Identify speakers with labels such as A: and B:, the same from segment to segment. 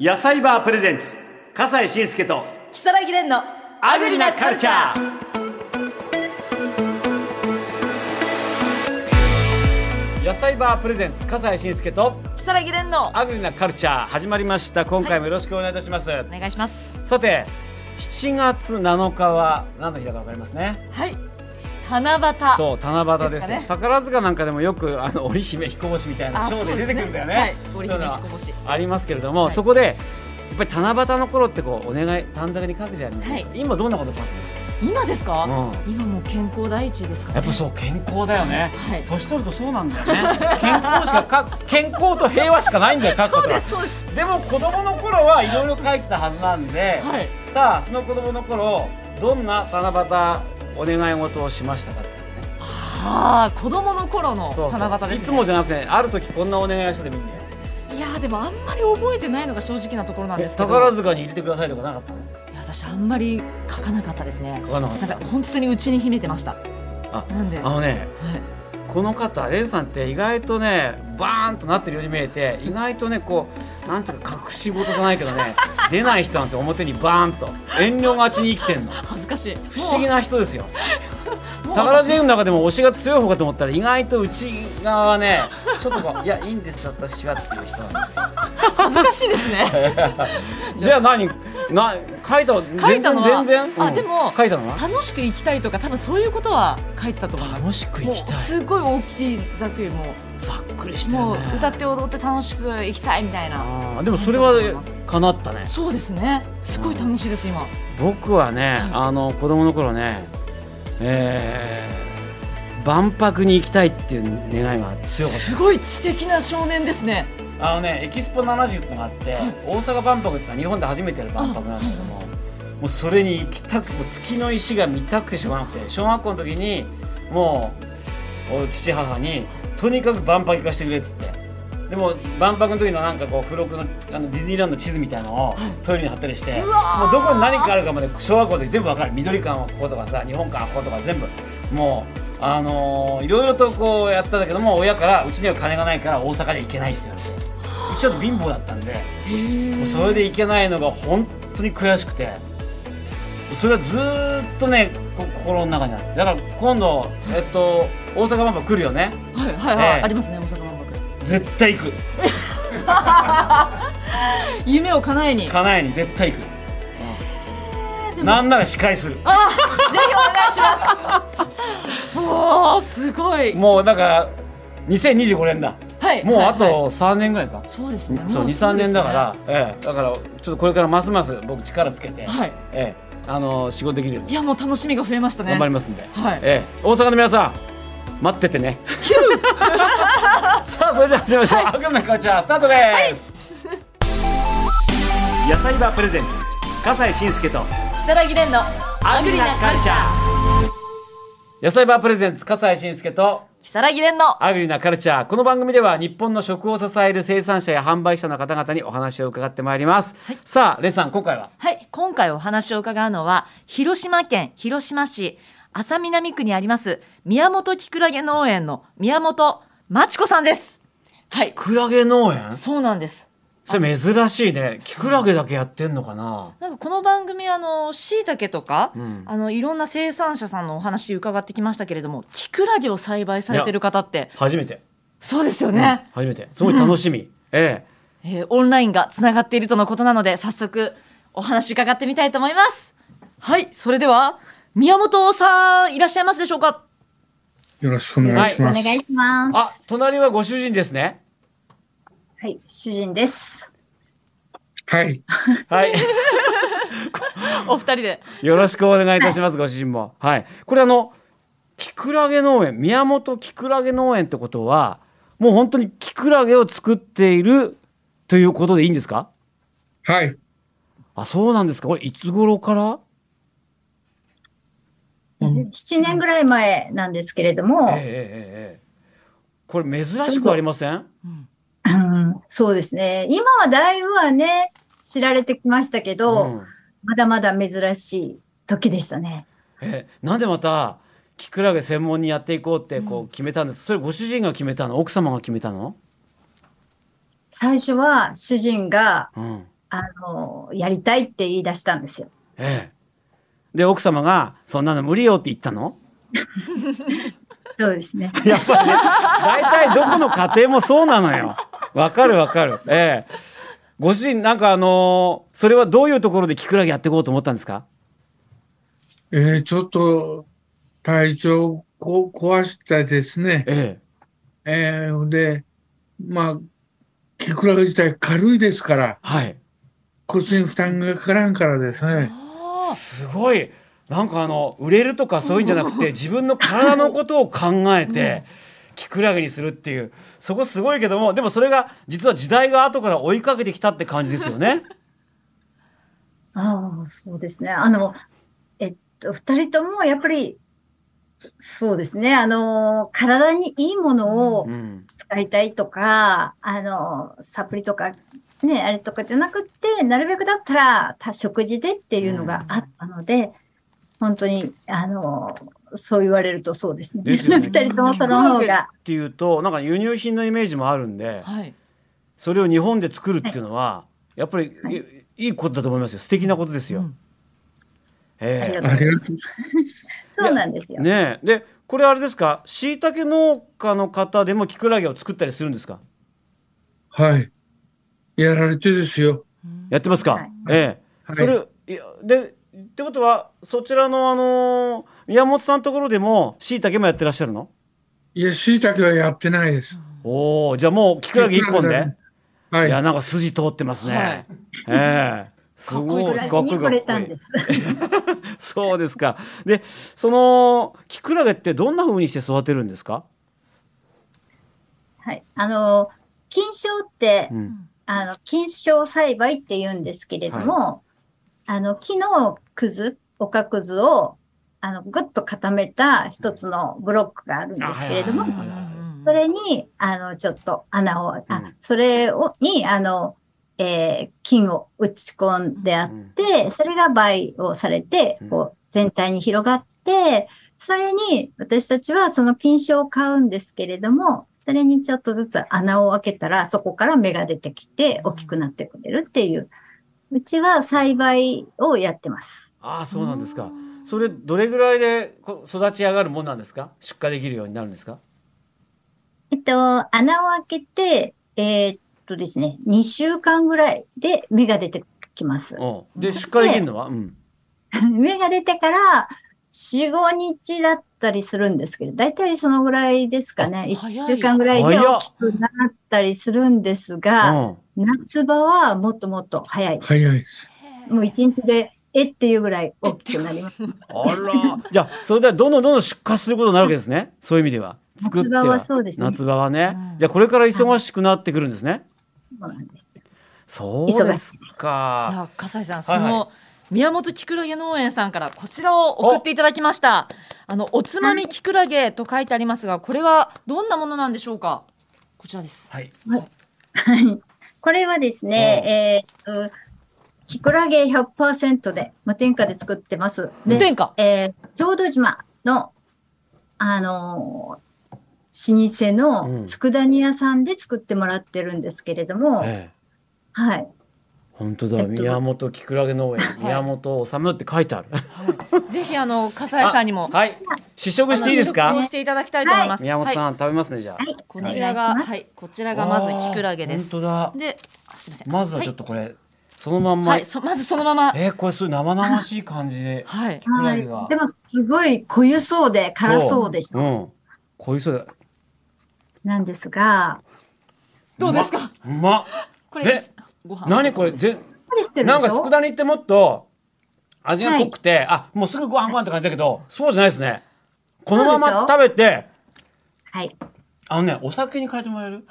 A: 野菜バープレゼンツ笠西慎介と
B: 木更木蓮の
A: アグリなカルチャー野菜バープレゼンツ笠西慎介と
B: 木更木蓮の
A: アグリなカルチャー始まりました今回もよろしくお願いいたします、
B: お願いします
A: さて7月7日は何の日だかわかりますね
B: はい七夕
A: そう七夕です
B: ですかね
A: 宝塚なんかでもよくあの織姫彦星みたいな
B: あ
A: ショー
B: そ
A: で
B: う
A: 出
B: で
A: てくるん
B: すね
A: だよね
B: はい織
A: そういうの
B: 姫
A: は
B: 彦星
A: ありますけれども、
B: はい
A: そこでやっぱり七夕の頃ってこうお願い短冊に書くじゃないですか、
B: はい
A: 今どんなこと書くの
B: 今ですか、
A: う
B: 今もう健康第一ですかね
A: やっぱそう健康だよね、
B: はい
A: 年取るとそうなんだよね健康しかか 健康と平和しかないんだよ書くこ
B: そう
A: とは
B: ですそうです
A: でも子供の頃はいろいろ書いてたはずなんで、
B: はい
A: さあその子供の頃どんな七夕お願い事をしましたかっていうね
B: はあ子供の頃の
A: そうそう
B: 七夕です、ね、
A: いつもじゃなくてねある時こんなお願いしててもいいんだよ
B: いやーでもあんまり覚えてないのが正直なところなんですけど
A: 宝塚に入れてくださいとかなかったの
B: いや私あんまり書かなかったですね
A: 書かなかっ
B: なん
A: た
B: か本当にうちに秘めてました
A: あ
B: なんで
A: あ
B: は
A: のね
B: い
A: この方レンさんって意外とねバーンとなってるように見えて意外とねこうなんていうか隠し事じゃないけどね 出ない人なんですよ表にバーンと遠慮がちに生きてんの
B: 恥ずかしい
A: 不思議
B: な
A: な人ですよ宝塚の中でも推しが強い方かと思ったら意外と内側はねちょっとこういやいいんです私はっていう人なん ですよ
B: 恥ずかしいですね
A: じゃあ何な書いたの
B: 書いたのは
A: 全然全然
B: あでも
A: 書いたのは
B: 楽しく生きたいとか多分そういうことは書いてたと思います
A: 楽しく生きた
B: もう
A: い
B: すごい大きいざっくりも
A: ざっくりし
B: う
A: てる
B: もう
A: ね
B: 歌って踊って楽しく行きたいみたい
A: あ
B: な
A: ーでもそれは叶ったね
B: そうですねすごい楽しいです今
A: 僕はね、
B: い
A: あの子供の頃ね、えー万博に行きたいっていう願いが強かっ
B: すごい知的な少年ですね
A: たあのねエキスポ70ってのがあって、大阪万博ってのは日本で初めてやる万博なんだけども、もうそれに行きたくもう月の石が見たくてしょうがなくて小学校の時にもうお父母にとにかく万博化してくれっつって。でも万博の時のなんかこう付録のあのディズニーランドの地図みたいのをトイレに貼ったりして、
B: うわー
A: もうどこに何かあるかまで小学校で全部わかる緑館はこことかさ日本館はこことか全部もうあのーいろいろとこうやったんだけども親からうちには金がないから大阪に行けないって言われてうちちょっと貧乏だったんでもうそれで行けないのが本当に悔しくてそれはずーっとねこ心の中にあってだから今度えっと大阪万博来るよね
B: はいはいはい、
A: ええ
B: ありますね大阪万博
A: 絶対行く
B: 夢を叶えに
A: 家内に絶対行
B: えーで
A: く
B: も
A: なんなら司会する
B: あーぜひお願い しますおーすごい
A: もうだから2025年だ
B: はい
A: もうあ
B: はいはい
A: と3年ぐらいか、
B: そうですね
A: そう
B: も
A: 二
B: そ
A: 三
B: うで
A: 年
B: すね
A: だから、ええ、だからちょっとこれからますます僕力つけて、
B: はい
A: ええ、あの仕事できるよう
B: い
A: に
B: やもう楽しみが増えましたね
A: 頑張りますんで、
B: はい
A: ええ、大阪の皆さん待っててね。 さあそれじゃあ始めましょう。あぐめこちゃんスタートです。野菜バープレゼンツ笠西慎介と
B: 木更木蓮のアグリなカルチャー
A: 野菜バープレゼンツ笠西慎介と
B: 木更木蓮の
A: アグリなカルチャー。この番組では日本の食を支える生産者や販売者の方々にお話を伺ってまいります。さあレンさん今回は
B: はい、今回お話を伺うのは、広島県広島市浅南区にあります、宮本きくらげ農園の宮本真知子さんです。はい、
A: クラゲ農園。
B: そうなんです。
A: それ珍しいねキクラゲだけやってんのかな
B: なんかこの番組、あの、椎茸とか、
A: ん
B: あの、いろんな生産者さんのお話伺ってきましたけれども、きくらげを栽培されてる方って、
A: 初めて、
B: そうですよね。
A: 初めてすごい楽しみ、え
B: えーオンラインがつながっているとのことなので、早速、お話伺ってみたいと思います。はい、それでは、宮本さん、いらっしゃいますでしょうか
C: よろしくお願いし
D: お
C: ます。
D: 願いします。
A: あ隣はご主人ですね
D: はい、主人です。
C: はい。
A: はい
B: お二人で。
A: よろしくお願いいたします、ご主人もはいこれあのキクラゲ農園宮本キクラゲ農園ってことはもう本当にキクラゲを作っているということでいいんですか
C: はい。
A: あそうなんですかこれいつ頃から
C: うん
D: 7年ぐらい前なんですけれども、
A: ええええこれ珍しくありません
D: うんそうですね。今はだいぶはね、知られてきましたけ
A: う
D: ど、
A: ん
D: まだまだ珍しい時でしたね。
A: えなんでまたキクラゲ専門にやっていこうってこう決めたんですか、それご主人が決めたの奥様が決めたの、
D: 最初は主人が、
A: うん、
D: あの、やりたいって言い出したんですよ。
A: ええ。で、奥様が、そんなの無理よって言ったの
D: そうですね。
A: やっぱりね、大体どこの家庭もそうなのよ。わかるわかる。ええ。ご主人、なんかあのーそれはどういうところでキクラゲやっていこうと思ったんですか
C: えーちょっと体調をこ壊したですね。
A: え
C: えー、で、まあ、キクラゲ自体軽いですから、
A: え。はい。
C: 腰に負担がかからんからですね。
B: あ
A: すごいなんかあの売れるとかそういうんじゃなく て自分の体のことを考えてキクラゲにするっていうそこすごいけどもでもそれが実は時代が後から追いかけてきたって感じですよ ね。
D: ああ、そうですね。あの、えっと、二人ともやっぱり、そうですね。あの、体にいいものを
A: うん、
D: 使いたいとか、あの、サプリとか、ね、あれとかじゃなくって、なるべくだったら、た食事でっていうのがあったので、本当に、あの、そう言われるとそうですね。
A: ですよね
D: 二人ともその
A: キ
D: 方
A: クラゲ
D: が
A: っ。ていうとなんか輸入品のイメージもあるんで
B: ーはい。
A: それを日本で作るっていうのはやっぱり
D: はい
A: いいいことだと思いますよ素敵なことですよ。
B: うん
A: ええ
D: ありがと
C: ありがとう
D: そうなんですよ。
A: ねえでこれあれですかしいたけ農家の方でもキクラゲを作ったりするんですか
C: はい。やられてですよ。
B: うん
A: やってますか、
D: はい
A: ええ
C: はい
A: それいやでってことはそちらのあのー宮本さんのところでもしいたけもやってらっしゃるの
C: いや、椎茸はやってないです。
A: おおじゃあもうキクラゲ一本で、、
C: はいい。
A: やなんか筋通ってますね、
B: はい
A: ええすごい
B: かっこいい
A: かっ
D: キ
A: こいい
D: クラゲに惚れたんです。
A: そうですかでそのキクラゲってどんな風にして育てるんですか、
D: はい。あの、金賞って
A: う、ん
D: あの、菌床栽培って言うんですけれども、あの、木のくず、岡くずを、あの、ぐっと固めた一つのブロックがあるんですけれど
A: あはいはい
D: も、
A: はい
D: それに、あの、ちょっと穴を、
A: う
D: あ
A: ん、
D: それを、に、あの、えー菌を打ち込んであっ
A: うん
D: て、それが培養されて
A: うん、
D: こう、全体に広がって、それに、私たちはその菌床を買うんですけれども、それにちょっとずつ穴を開けたら、そこから芽が出てきて、大きくなってくれるっていう、うちは栽培をやってます。
A: ああそうなんですか。
B: ん
A: それどれぐらいでこ育ち上がるもんなんですか出荷できるようになるんですか
D: えっと、穴を開けて、えーっとですね、2週間ぐらいで芽が出てきます。
A: おうで出荷できるのは、うん、
D: 芽が出てから、4、5日だったりするんですけど、だいたいそのぐらいですかね。1週間ぐらいで
A: 早っ
D: 大きくなったりするんですが、
A: うん
D: 夏場はもっともっと早い。
C: 早いです。
D: もう1日で、えっていうぐらい大きくなります。
A: あら。じゃあ、それではどんどんどんどん出荷することになるわけですね。そういう意味では。 作って
D: 夏
A: は。
D: 場はそうですね。
A: 夏場はね
B: うん
A: じゃあ、これから忙しくなってくるんですね。
D: そうなんです。
A: そうです
B: じ
A: か。
B: ゃあ笠井さん、
A: はいはい
B: その宮本きくらげ農園さんからこちらを送っていただきました。あのおつまみきくらげと書いてありますが、これはどんなものなんでしょうか。こちらです。
A: はい。
D: はい。これはですね、えーっと、キクラゲ100%で無添加で作ってます。で
B: 無 添加。
D: えー小豆島の、あのー老舗
A: うん
D: の佃煮屋さんで作ってもらってるんですけれども、
A: ええ。
D: はい。
A: 本当だ、
D: えっと
A: 宮本きくらげ農園、
B: い
A: 宮本治って書いてある。
B: ぜひあの笠井さんにも
A: はい。試食していいです
B: あ
A: か
B: の試食をしていただきたいと思います。
A: 宮本
B: はい
A: さん、食べますね、じゃ
D: はい。
B: こちら
D: お
B: が
D: 願いします
B: はいこちらがまずきくらげで
A: あ
B: す
A: ー。本当だ。
B: で、あすみません。
A: まずはちょっ
B: と。
A: とこれ、そのまんま。
B: はい、そまずそのまま。
A: えー、これすごい生々しい感じで。
B: はい。
A: きくらげ
D: は
A: が
D: い。でも、すごい濃ゆそうで、辛そうでした。
A: うん。こういう人だ。
D: なんですが、
B: どうですか。
A: うまっ。
B: こ
A: ね
B: れご飯。
A: 何これ、ぜ
D: これしてる
A: な
D: で
A: ん
D: し
A: か
D: ょ
A: 佃煮ってもっと味が濃くて、あもうすぐご飯ご飯って感じだけどそうじゃないですねこのまま
D: そ
A: 食べて
D: はい。
A: あのねお酒に変えてもらえる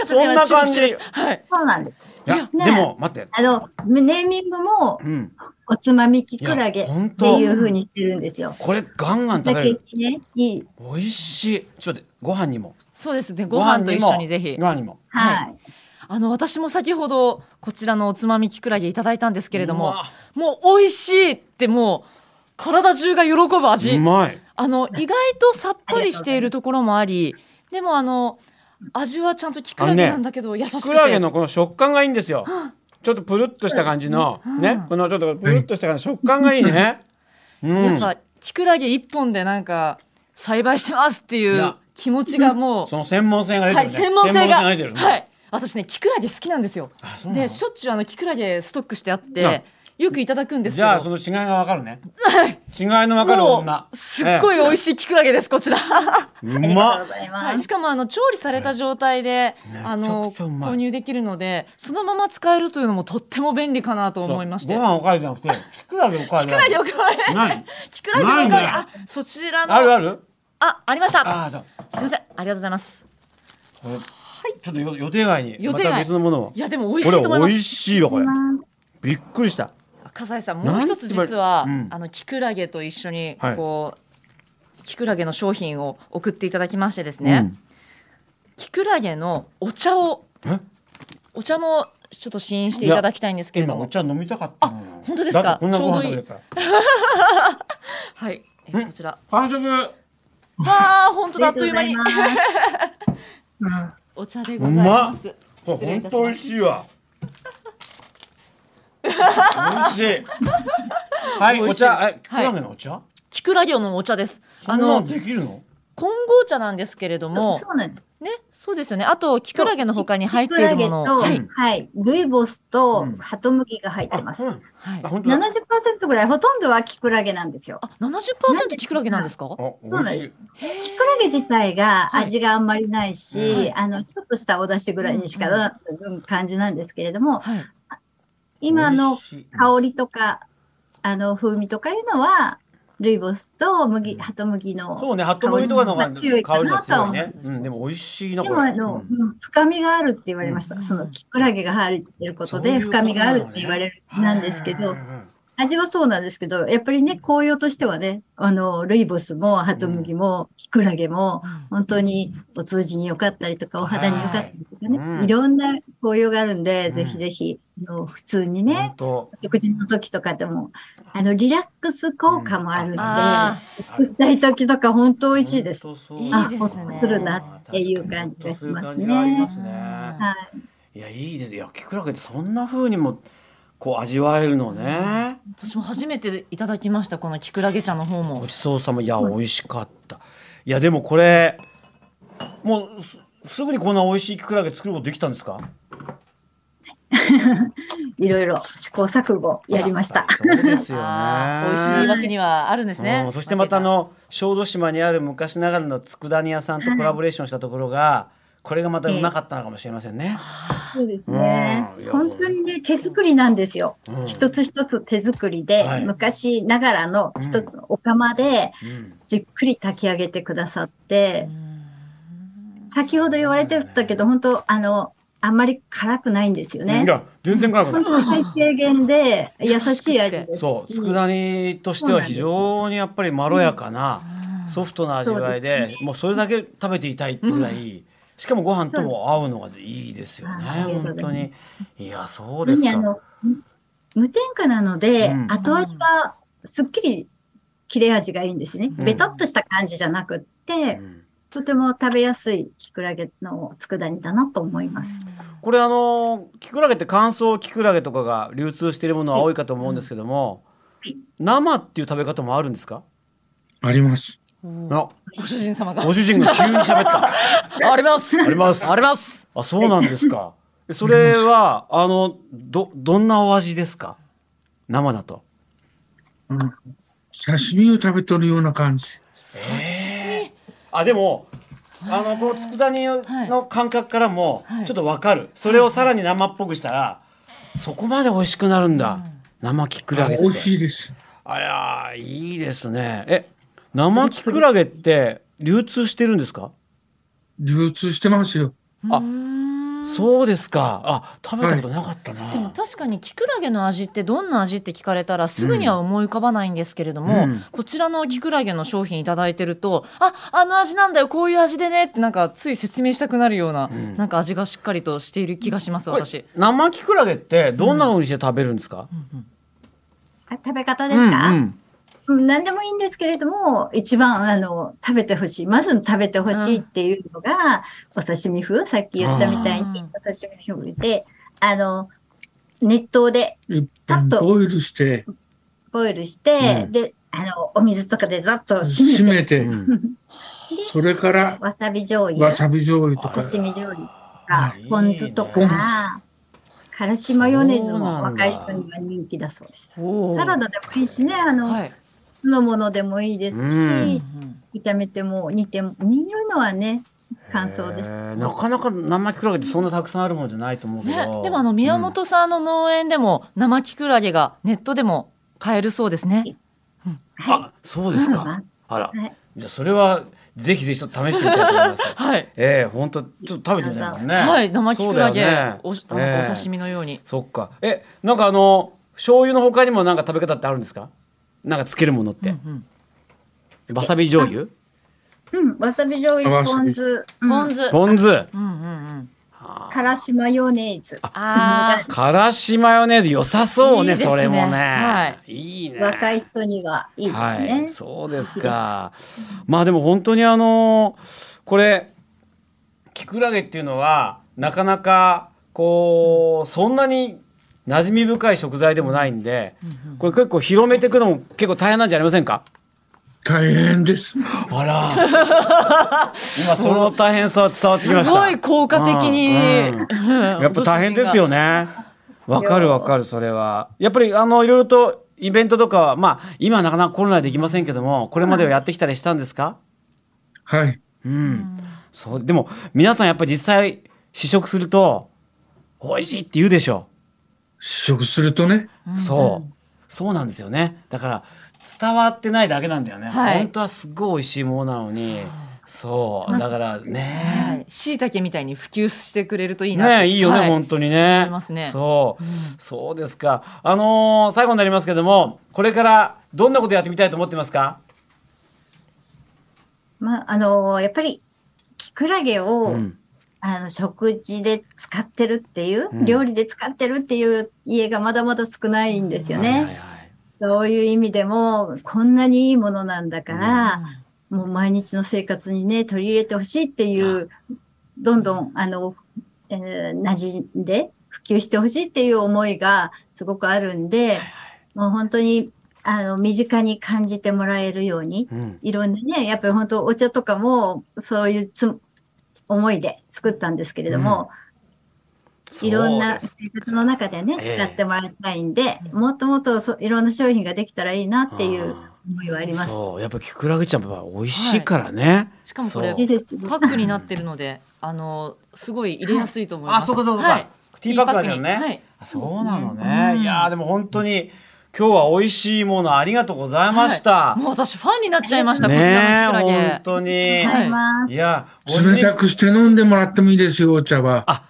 B: 笠井さん今
A: そんな感じ
B: 試食中ですはい。
D: そうなんです。
A: いや、
D: ね
A: でも待って
D: あの、ネーミングも、
A: うん
D: おつまみきくら
A: い
D: げ
A: や
D: っ
A: 本当
D: ていう風にしてるんですよ。
A: これガンガン食べれ
D: 酒
A: る
D: にね、いい。
A: 美味しいちょっと待ってご飯にも
B: そうですね。ご飯と一緒にぜひ
A: ご。飯にも
B: はい
D: はい。
B: あの私も先ほどこちらのおつまみきくらげいただいたんですけれど
A: う
B: も
A: わ
B: もう美味しいってもう体中が喜ぶ味
A: うまい
B: あの意外とさっぱりしているところもありでもあの味はちゃんとキクラゲなんだけど、優しくて
A: キクラゲのこの食感がいいんですよ
B: うん
A: ちょっとプルッとした感じの
B: うん
A: ねこのちょっとプルッとした感じ食感がいいねう
B: やっ
A: ん
B: ぱキクラゲ一本でなんか栽培してますってい
A: いうや
B: 気持ちがも
A: その専門性が
B: う、
A: 出
B: は
A: て
B: い、
A: るね
B: 専門性が
A: 出てるね
B: はい私ねキクラゲ好きなんですよ
A: あそうなの
B: でしょっちゅうあのキクラゲストックしてあっ
A: な
B: てよくいただくんですけ
A: じ
B: ど
A: ゃあその違いがわかるね違いのわかる女
B: もうすっごい美味しいキクラゲですこちら、
A: う
D: ありがと
A: ま
D: う
A: っ
D: ござい
B: は
D: ま
B: い、
D: す
B: し。かもあの調理された状態で、
A: ね
B: あ
A: めちゃ
B: の
A: くちゃうまい
B: 購入できるのでそのまま使えるというのもとっても便利かなと
A: そう
B: 思いまして
A: ご飯おかわりじゃなくてキクラゲおかわ
B: キ
A: り
B: クラゲおかわり
A: 何
B: キクラゲおかわり、
A: ないね
B: あそちらの
A: あるある
B: あありました
A: ああじゃあ
B: すみません、ありがとうございます。
A: これちょっとよ予定外に
B: 予
A: ま
B: 定外
A: た別のものを
B: いや、でも美味しいと
A: こ
B: 思
A: れ
B: いま
A: 美
B: す。
A: 味しいわこれびっくりした
B: 笠井さん、
A: な
B: もうん
A: て
B: 一つ実は、
A: うん
B: あのキクラゲと一緒に、
A: はい
B: こう。キクラゲの商品を送っていただきましてですね。キクラゲのお茶を
A: え、
B: お茶もちょっと試飲していただきたいんですけれど
A: 今お
B: も。
A: 茶飲みたかったのよ
B: あ本当ですか
A: だってこんなご飯
B: ちょうどい
A: 食
B: い
A: べてたら
B: はい、え
A: うん
B: こちら。
A: 完食
B: わあ、本当だ、あっという間
D: あ
B: に
D: りが。とうござい ます。
B: お茶でございます。
A: こ
B: 失礼
A: れ
B: い
A: 本
B: たし
A: 当美
B: ま
A: 味
B: す。
A: しい わ美味しいはい
B: 美
A: お
B: 味しいです
A: 茶えキクラゲのお茶
B: キクラゲのお茶です。
A: そ
B: あ
A: んな
B: の
A: の、できるの
B: 混合茶なんですけれど
D: うん
B: も
D: そ。うなんです。
B: ね、そうですよね。あと、キクラゲの他に入って
D: キク
B: い
D: ラ
B: る
D: ゲ
B: も
D: と、
B: の。
D: は
B: はいい。、
D: ルイボスと
A: うん
D: ハトムギが入ってます。
A: そうなの
B: はい
A: あ。本当だ
D: 70%ぐらい、ほとんどはキクラゲなんですよ。
B: あ、七十
D: なん
B: パ
D: で
B: ーキクラゲなんですか。
A: あ美
D: そうなん
A: 味
D: で
A: し
D: す
A: い。
D: キクラゲ自体が
B: はい
D: 味があんまりないし、
A: は
D: あの、ちょっとしたお出汁ぐらいにしか
B: うんうん
D: な感じなんですけれども、
B: はい。
D: 今の
A: 美味しい
D: 香りとか、あの、風味とかいうのは、ルイボスと麦、
A: うん
D: ハトムギの、
A: そうねハットモリとかの方が
D: 香
A: 香
D: り
A: り
D: が強いか
A: が
D: なと
A: 強い
D: は思う
A: ねうんでも美味しいな
D: で
A: こ
D: も
A: れ
D: あの、
A: うん
D: うん深みがあるって言われました。
B: うん
D: そのキクラゲが入ってること
A: そうい
D: で
A: うこと
D: 深みがあるって言われるなんですけ
A: う
D: ど
A: んう、ん
D: 味はそうなんですけど、やっぱりね、紅葉としてはね、あの、ルイボスもハトムギもキクラゲも、本当にお通じに良かったりとか、お肌に良かったりとかね、
A: はいいうん
D: ろんな紅葉があるんで、
A: うん
D: ぜひぜひ、あの普通に
A: うん
D: ね、
A: 本当
D: お食事の時とかでも、あの、リラックス効果もあるんで、
B: あ
A: あ
D: うっしたい時とか本当美味しいです。
A: 本当そう
B: いいですね
A: あ
B: する
D: なっていう感じがします
A: 確かに本当そういう感じ
D: ね
A: があります
B: うん
A: ね。
D: はい
A: やいいです。いやキクラゲってそんな風にもこう味わえるのね。
B: 私も初めていただきました。このキクラゲ茶の方
A: ご
B: も。
A: ちそうさまいや美味しかった。いやでもこれもうすすぐにこんな美味しいキクラゲ作ることできたんですか？
D: いろいろ試行錯誤やりました。
A: そうですよね
B: あー。美味しいわけにはあるんですね
A: う。んそしてまたあの小豆島にある昔ながらの佃煮屋さんとコラボレーションしたところがこれがまたうまかったのかもしれませんね。
D: そうですね
A: うんい。や
D: 本当にね、手作りなんですよ。
A: うん
D: 一つ一つ手作りで、
A: はい
D: 昔ながらの一つのお釜で
A: うん
D: じっくり炊き上げてくださって、先ほど言われてたけど、本当あの、あんまり辛くないんですよね
A: い。や全然辛くない
D: 本。当最低限で優しい味です。
A: そう佃煮としては非常にやっぱりまろやかなソフトな味わい
D: そう
A: で
D: です
A: もうそれだけ食べていたいってぐらいしかもご飯とも合うのがいいですよね
D: ありがとう
A: 本
D: ご
A: 当
D: ざい
A: にいやそうで
D: 本当
A: す
D: にあ
A: か
D: の、無添加なので、
A: うん
D: 後味がすっきり切れ味がいいんですね。
A: うん
D: ベタっとした感じじゃなくって、
A: うん
D: とても食べやすいキクラゲの佃煮だなと思います。
A: これあのキクラゲって乾燥キクラゲとかが流通しているものは多いかと思うんですけども
D: はい
A: 生っていう食べ方もあるんですか
C: あります。
B: うん
A: あ
B: ご主人様が。
A: ご主人が急に喋った
B: あります。
A: あります
B: あります。
A: あそうなんですかそれはあのどどんなお味ですか生だと
C: うん刺身を食べとるような感じ。
A: ええあでもあのこの佃煮の感覚からも
B: はい
A: ちょっとわかる、それをさらに生っぽくしたらそこまで美味しくなるんだ、生きくらげって
C: 美味しいです。
A: あらいいですねえ生きくらげって流通してるんですか
C: 流通してますよ。
A: あ
B: うん
A: そうですかあ食べたことなかったな、
B: でも確かにキクラゲの味ってどんな味って聞かれたらすぐには思い浮かばないんですけれども、
A: うんうん
B: こちらのキクラゲの商品いただいてるとああの味なんだよこういう味でねってなんかつい説明したくなるような、
A: ん
B: なんか味がしっかりとしている気がします
A: これ
B: 私。
A: 生きくらげってどんな風にして食べるんですか、
D: あ食べ方
A: う
D: で
A: ん
D: すか、
A: うん
D: うん何でもいいんですけれども、一番あの食べてほしい、まず食べてほしいっていうのが、お刺身風、さっき言ったみたいに
B: うん、
D: お刺身風で、あの、熱湯で
C: 一本ボイルして、
D: ボイルして、
A: うん
D: で、あの、お水とかでざっと締
C: 締
D: めて、
C: めて、それから
D: わさび醤油、
C: わさび醤油とか、
D: 刺身醤油と
A: あ
D: か
A: いい、ね
D: ポン酢と
C: ポン
D: か、からしマヨネーズ
A: そうなんだ
D: も若い人には人気だそうです。
B: おー
D: サラダでもいいしね、あの、
B: はい。
D: 酢のものでもいいですし、
B: うん
D: 炒めても煮ても煮るのはね感想です。
A: へーなかなか生きくらげってそんなたくさんあるもんじゃないと思うけ
B: ね
A: ど、、
B: でもあの宮本さんの農園でも生キクラゲがネットでも買えるそうですね。
A: うん
D: は
A: あそうです
D: い。
A: か、
D: ま
A: あら、
D: はい
A: じゃあそれはぜひぜひちょっと試してみたいと思います
B: はい。
A: ええ本当ちょっと食べてみたいもんね
B: はい、生キクラゲ、
A: そうだよね
B: お、あの
A: ええ
B: お刺身のように。
A: そっかえなんかあの醤油の他にもなんか食べ方ってあるんですかなんかつけるものっ
B: うん
A: て、
B: うん
A: わさび醤油
D: うん、わさび醤
C: わ
D: 油、
C: さ
D: ポ
C: び
D: ン酢、
B: ポ
D: うん
B: ン酢。
A: ポン酢
B: うんうんうん。
A: はあ
D: からしマヨネー ズ、
B: あ
A: からしマヨネーズ良さそうね
B: いいですね
A: それもね、、
B: はい
A: いね
D: 若い人にはいいですね。
A: はい、そうですか。まあでも本当にあのこれキクラゲっていうのはなかなかこうそんなに馴染み深い食材でもないんで、これ結構広めていくのも結構大変なんじゃありませんか。
C: 大変です。
A: あら、 今その大変さは伝わってきま
B: あ、
A: し
B: す
A: た。
B: ごい効果的に。
A: うん やっぱ大変ですよね。わかるわかる、それは。やっぱり、あの、いろいろとイベントとかは、まあ、今はなかなかコロナできませんけども、これまではやってきたりしたんですか
C: はい。
A: うん。そう、でも、皆さんやっぱり実際、試食すると、美味しいって言うでしょ。
C: 試食するとね、
A: そう。そうなんですよね。だから、伝わってないだけなんだよね。
B: はい
A: 本当はすっごい美味しいものなのに。そう。だからね。
B: はい。椎茸みたいに普及してくれるといいなって。
A: ねいいよね、
B: は
A: 本当にね
B: 思いますね
A: そう、そうですかあのー最後になりますけどもこれからどんなことやってみたいと思ってますか
D: まああのやっぱりキクラゲを、
A: うん
D: あの食事で使ってるっていう、
A: うん
D: 料理で使ってるっていう家がまだまだ少ないんですよね。
A: はいはいはい
D: そういう意味でもこんなにいいものなんだから。もう毎日の生活にね、取り入れてほしいっていう、どんどん、あの、えー馴染んで普及してほしいっていう思いがすごくあるんで、もう本当に、あの、身近に感じてもらえるように、
A: うん
D: いろんなね、やっぱり本当お茶とかも、そういうつ思いで作ったんですけれども、いろんな
A: そうです
D: 生活の中でね、
A: ええ
D: 使ってもらいたいんで、もっともっとそいろんな商品ができたらいいなっていう思いはあります。
A: そうやっぱキクラゲちゃんは美味しいからね、
B: しかもこれ
A: そう
D: いいですよ
B: パックになってるので、あの、すごい入れやすいと思いま
A: あ
B: す。
A: そうかそうか、
B: はい
A: ティーパックだけど
B: ティーパックには
A: ね
B: い、
A: あそうなのね、
B: うん
A: いやーでも本当に今日は美味しいものありがとうございました、
B: もう私ファンになっちゃいました、こち
A: ねえ
B: らのキクラ
A: 本
B: ゲ。
A: 当に、
D: ありがとうございます。
A: い、や美味し
C: 冷
A: い
C: たくして飲んでもらってもいいですよ、お茶は。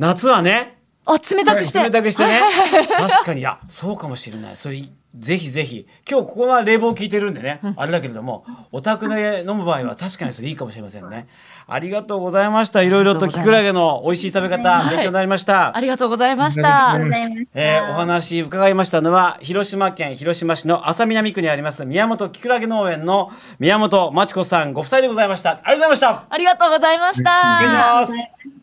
A: 夏はね
B: あ、冷たくして。
A: 冷たくしてね
B: はいはいはい。
A: 確かにあそうかもしれないそれぜひぜひ今日ここは冷房効いてるんでねあれだけれどもお宅で飲む場合は確かにそれいいかもしれませんねありがとうございましたいろいろとキクラゲの美味しい食べ方
B: い
A: 勉強になりました、
B: ありがとうございまし
C: あ
B: た
C: りがとうございま。す
A: えーお話伺いましたのは広島県広島市の安佐南区にあります宮本キクラゲ農園の宮本真知子さんご夫妻でございましたありがとうございました
B: ありがとうございました。
A: 失礼します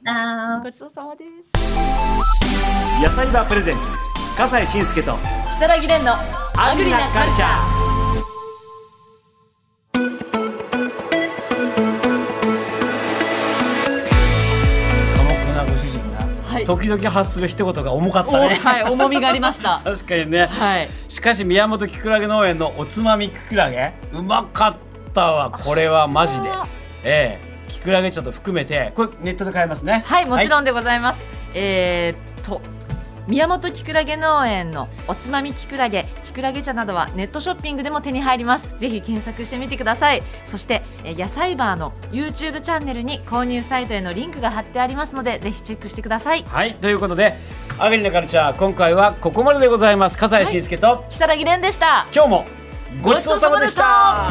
D: あー
B: ごちそうさまです。
A: 野菜バープレゼンツ笠西慎介と
B: 木更木蓮のアグリなカルチャー。
A: 寡黙なご主人が、
B: はい
A: 時々発する一言が重かっ
B: お
A: たね、
B: はい、重みがありました。
A: 確かにね
B: はい。
A: しかし宮本きくらげ農園のおつまみきくらげうまかったわこれはマジで
B: あ
A: ええきくらげちょっと含めてこれネットで買えますね
B: はい、もち
A: ん、
B: ろんでございます。えーっと。宮本きくらげ農園のおつまみきくらげきくらげ茶などはネットショッピングでも手に入りますぜひ検索してみてくださいそしてえー野菜バーの YouTube チャンネルに購入サイトへのリンクが貼ってありますのでぜひチェックしてください
A: はい、ということで「アグリのカルチャー」今回はここまででございます笠井慎介と、
B: 木更木蓮でした
A: 今日もごちそうさまでした